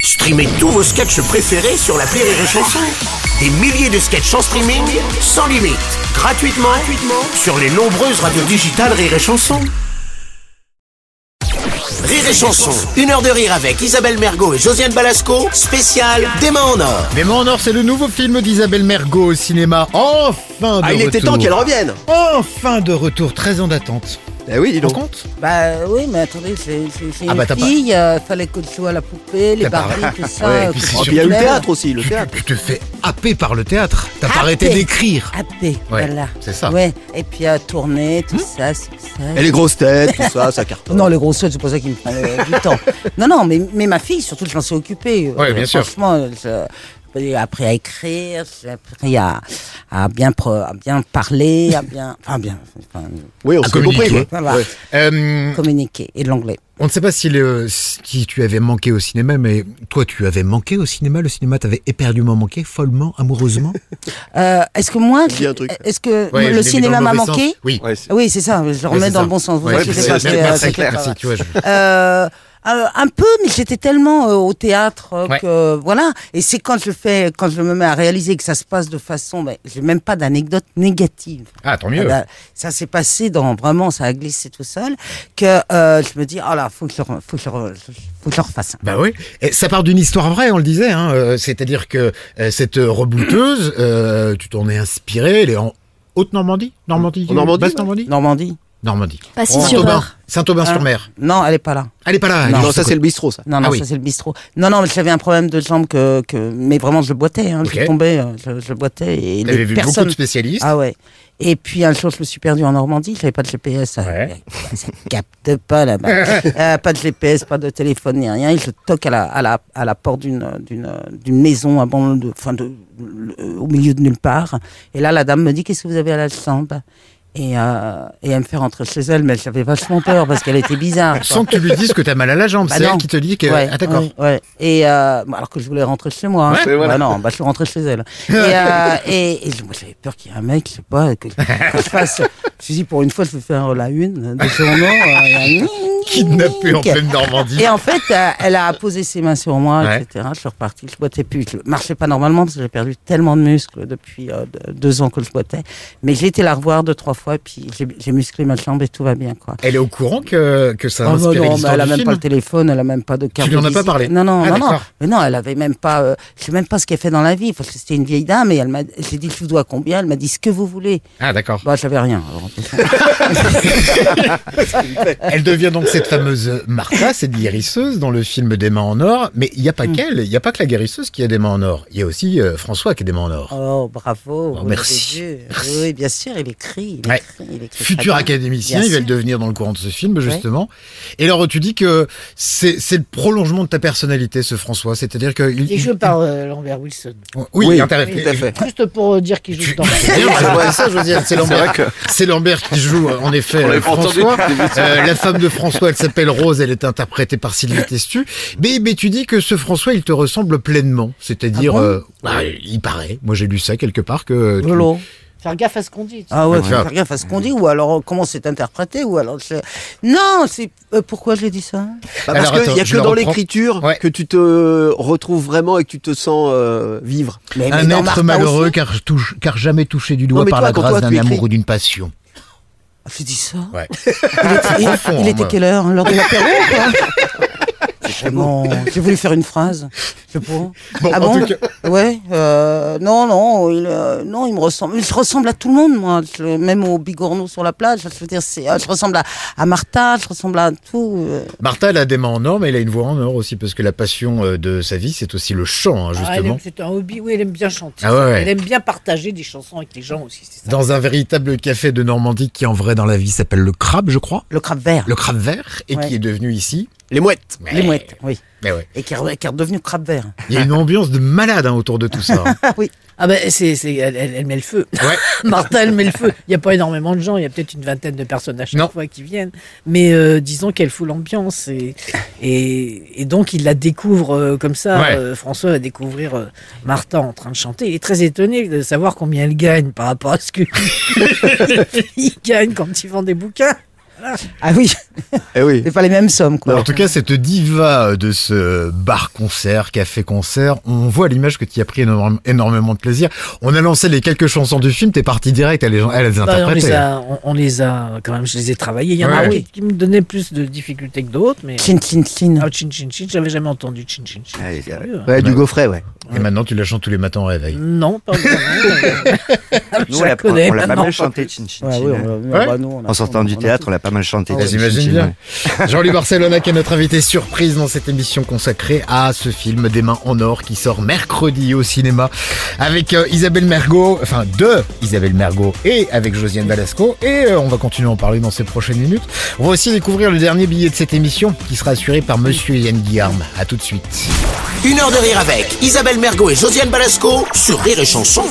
Streamez tous vos sketchs préférés sur la Rire et Chanson. Des milliers de sketchs en streaming, sans limite, gratuitement, gratuitement sur les nombreuses radios digitales Rire et Chanson. Rire et Chanson, une heure de rire avec Isabelle Mergot et Josiane Balasco, spécial Dément en or. Mais en or, c'est le nouveau film d'Isabelle Mergot au cinéma. Enfin de Ah, il était retour. temps qu'elle revienne Enfin de retour, 13 ans d'attente. Eh oui, dis Tu te donc. rends compte Bah oui, mais attendez, c'est c'est- c'est Ah une bah, t'as pas- fille, euh, fallait que tu sois la poupée, les T'as pas- barils, tout ça. Ouais, euh, puis que c'est tu Oh, sûr. te puis il y a eu le lèves. théâtre aussi, le tu, théâtre. tu te fais happer par le théâtre. T'as pas Happer. Ah. arrêté d'écrire. AP, voilà. c'est ça. Hmm Ouais, et puis à tourner, tout ça, succès. Et les grosses têtes, tout ça, ça cartonne. Non, les grosses têtes, c'est pour ça qu'il me prenait euh, du temps. Non, non, mais, mais ma fille, surtout, je l'en suis occupée. euh, Ouais, bien sûr. Franchement, je- j'ai appris à écrire, j'ai appris à, à, bien, pro- à bien parler, à bien, enfin, bien enfin, Oui, on À s'est compris. communiquer. quoi. voilà, Ouais. Euh, communiquer et de l'anglais. on ne sait pas si, le, si tu avais manqué au cinéma, mais toi, tu avais manqué au cinéma. Le cinéma t'avait éperdument manqué, follement, amoureusement. Euh, est-ce que moi, Dis un truc. est-ce que Ouais, je l'ai le mis dans cinéma m'a mauvais sens. manqué Oui. Ouais, c'est- Oui, c'est ça, je le Ouais, remets c'est dans ça. le bon sens. Vous Ouais, inquiétez c'est- pas, c'est- merci, c'est clair. merci, tu vois, je- Euh, euh, un peu, mais j'étais tellement euh, au théâtre euh, Ouais. que voilà. Et c'est quand je fais, quand je me mets à réaliser que ça se passe de façon, ben, j'ai même pas d'anecdote négative. Ah, tant mieux. Ah bah, ça s'est passé dans vraiment, ça a glissé tout seul que euh, je me dis, oh là, faut que je, re- faut que je, re- faut que je le refasse. Bah oui, Et ça part d'une histoire vraie, on le disait. Hein. euh, C'est-à-dire que euh, cette euh, reblouteuse, euh, tu t'en es inspiré, elle est en Haute-Normandie Normandie En Normandie, Basse ouais. Normandie Normandie hein. Normandie. Passy sur Saint-Aubin. Eure. Ah. Saint-Aubin-sur-Mer. Non, elle est pas là. Elle est pas là. elle est Non, juste ça à c'est côté. le bistrot, ça. Ah, Non, non, Ah oui. ça c'est le bistrot. Non, non, mais j'avais un problème de jambe que, que mais vraiment je boitais, hein, Ok. je tombais, euh, je, je boitais et T'avais les vu beaucoup personnes. de spécialistes. Ah ouais. Et puis un jour je me suis perdu en Normandie, j'avais pas de GPS, ça, Ouais. ça capte pas là-bas, Euh, pas de GPS, pas de téléphone ni rien. Et je toque à la à la à la porte d'une d'une d'une maison abandonnée, de, enfin de, le- euh, au milieu de nulle part. Et là la dame me dit qu'est-ce que vous avez à la chambre et, euh, et elle me fait rentrer chez elle, mais j'avais vachement peur parce qu'elle était bizarre. quoi. Sans que tu lui dises que t'as mal à la jambe, Bah c'est non. elle qui te dit que... Ouais, ah d'accord. ouais, ouais. Et euh, bon, alors que je voulais rentrer chez moi. hein. Ouais, Bah non, bah je suis rentré chez elle. Et, euh, et, et je- moi j'avais peur qu'il y ait un mec, je sais pas, que, que je fasse. Je me suis dit pour une fois je vais faire euh, la une de journaux. euh, la- Kidnappée en pleine Normandie. Et en fait, euh, elle a posé ses mains sur moi, Ouais. etc. Je suis reparti, je boitais plus, je marchais pas normalement parce que j'ai perdu tellement de muscles depuis euh, de- deux ans que je boitais. Mais j'ai été la revoir deux trois fois, puis j'ai- j'ai musclé ma chambre et tout va bien quoi. Elle est au courant que, que ça a Ah, bah inspiré non, mais l'histoire elle a du même film pas le téléphone, elle a même pas de carte. lui en de as pas visite. parlé Non, non, Ah, non, non. d'accord. Mais non, elle avait même pas. euh, je sais même pas ce qu'elle fait dans la vie. Parce que c'était une vieille dame et elle m'a. J'ai dit, je vous dois combien Elle m'a dit ce que vous voulez. Ah d'accord. Bah, j'avais rien. alors. Elle devient donc cette fameuse Martha, cette guérisseuse dans le film Des mains en or. Mais il n'y a pas Mm. qu'elle, il n'y a pas que la guérisseuse qui a des mains en or. Il y a aussi euh, François qui a des mains en or. Oh, bravo. Oh, vous merci. l'avez vu. Merci. Oui, bien sûr, il écrit. Il Ouais. écrit, il écrit Futur très bien. académicien, Bien il va sûr. le devenir dans le courant de ce film, justement. Et alors, tu dis que c'est c'est le prolongement de ta personnalité, ce François. C'est-à-dire que. il- Il joue il- par euh, Lambert Wilson. Oui, Oui, il intéresse- tout à fait. Juste pour euh, dire qu'il joue Tu- dedans. C'est bien, c'est vrai, ça, Josiane, c'est Lambert. C'est Lambert qui joue, euh, en effet, euh, François. Euh, la femme de François, elle s'appelle Rose, elle est interprétée par Sylvie Testu. Mais, mais tu dis que ce François, il te ressemble pleinement. C'est-à-dire, Ah bon euh, bah, il paraît. Moi, j'ai lu ça quelque part que. euh, tu- Lolo. Faire gaffe à ce qu'on dit. tu sais. Ah ouais, Ouais. faut faire gaffe à ce qu'on dit, ou alors euh, comment c'est interprété, ou alors je- Non, c'est. euh, pourquoi j'ai dit ça Bah, parce Alors, qu'il n'y attends, a je que le dans reprends. l'écriture Ouais. que tu te retrouves vraiment et que tu te sens euh, vivre. Mais- mais Un dans être Martha malheureux aussi. car, touche- car jamais touché du doigt mais par toi, la quand grâce toi, d'un tu amour écris- ou d'une passion. J'ai dit ça Ouais. Il était, il- Profond, il hein, était moi. quelle heure L'heure de l'apéro ou pas Vraiment, j'ai voulu faire une phrase. Je sais pas. Bon, ah en bon tout cas- Ouais. euh, non, non, il, euh, non, il me ressemble. Je ressemble à tout le monde, moi. Je- même au bigorneau sur la plage. Je veux dire, c'est, euh, je ressemble à, à Martha, je ressemble à tout. euh. Martha, elle a des mains en or, mais elle a une voix en or aussi, parce que la passion euh, de sa vie, c'est aussi le chant, hein, Ah, elle justement. aime- c'est un hobby. Oui, elle aime bien chanter. Ah ouais, ouais. Elle aime bien partager des chansons avec les gens aussi. C'est ça. Dans un véritable café de Normandie qui, en vrai, dans la vie, s'appelle le Crabe, je crois. Le crabe vert. Le Crabe vert, et Ouais. qui est devenu ici. Les mouettes. Mais- Les mouettes, oui. mais ouais. Et qui est, qui est redevenu crabe vert. Il y a une ambiance de malade hein, autour de tout ça. hein. Ah oui. Ah ben, c'est, c'est- elle, elle- elle met le feu. Ouais. Martha, elle met le feu. Il n'y a pas énormément de gens. Il y a peut-être une vingtaine de personnes à chaque Non. fois qui viennent. Mais euh, disons qu'elle fout l'ambiance. Et, et, et donc, il la découvre euh, comme ça. Ouais. Euh, François va découvrir euh, Martha en train de chanter. Il est très étonné de savoir combien elle gagne par rapport à ce que il gagne quand il vend des bouquins. Ah oui, Eh oui. c'est pas les mêmes sommes, quoi. En tout cas, cette diva de ce bar-concert, café-concert, on voit à l'image que tu y as pris énorme- énormément de plaisir. On a lancé les quelques chansons du film, t'es parti direct à les, à les Bah, on, interpréter. les a, on, on les a quand même, je les ai travaillés. Il y en a Ouais. qui, qui me donnaient plus de difficultés que d'autres, mais. Chin, chin, chin. Ah, chin chin chin, j'avais jamais entendu chin chin chin. Ouais, c'est vrai. Sérieux, hein. Ouais, du gaufret, ouais. Et maintenant, tu la chantes tous les matins au réveil. Non, pas vraiment. Nous, Je on l'a la connais on l'a pas maintenant. mal chanté, Chin Chin Ouais, Chin, oui, hein. on- Ouais. bah, nous, on a- En sortant du on a- théâtre, on l'a pas mal chanté. Ah Chin ouais, Chin j'imagine Chin, bien. ouais. Jean-Louis Barcelona qui est notre invité surprise dans cette émission consacrée à ce film Des mains en or qui sort mercredi au cinéma avec euh, Isabelle Mergot, enfin de Isabelle Mergot et avec Josiane Balasco et euh, on va continuer à en parler dans ces prochaines minutes. On va aussi découvrir le dernier billet de cette émission qui sera assuré par Monsieur Yann Guillarme. À tout de suite. Une heure de rire avec Isabelle Mergot et Josiane Balasco sur Rire et Chanson.